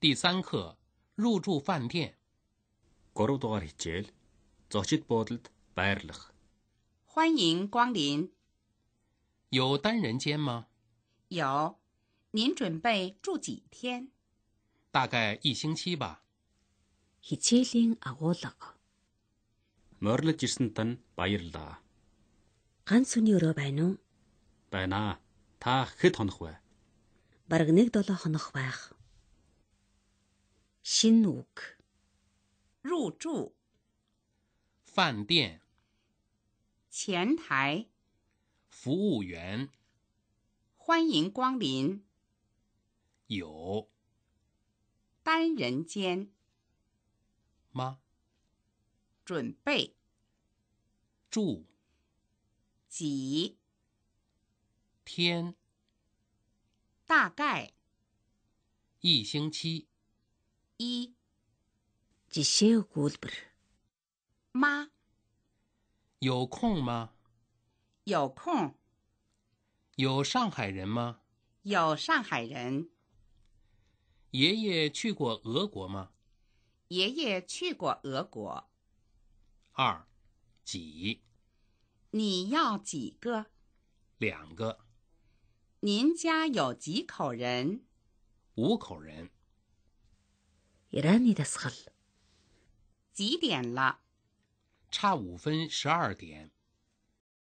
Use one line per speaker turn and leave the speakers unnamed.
第三课入住饭店，
3 дугаар хичээл зочид буудалд байрлах.
欢迎光临。
有单人间吗？
有，您准备住几天？
大概一星期吧。
Хичээлийн агуулга.
Морилж ирсэнд тань баярлалаа.
Ганц өний өрөө байна уу?
Байна. аа. Та хэд хонох вэ?
Бараг 1-7 хонох байх. Шинэ үг.
入住
饭店
前台，
服务员
欢迎光临
有
单人间，
吗？
准备
住
几
天
大概
一星期，
一
Жишээ өгүүлбэр.
妈
有空吗？
有空，
有上海人吗？
有上海人，
爷爷去过俄国吗？
爷爷去过俄国，
二几
你要几个？
两个
您家有几口人？
五口人，
Ираны дасгал.
几点了？
差五分十二点。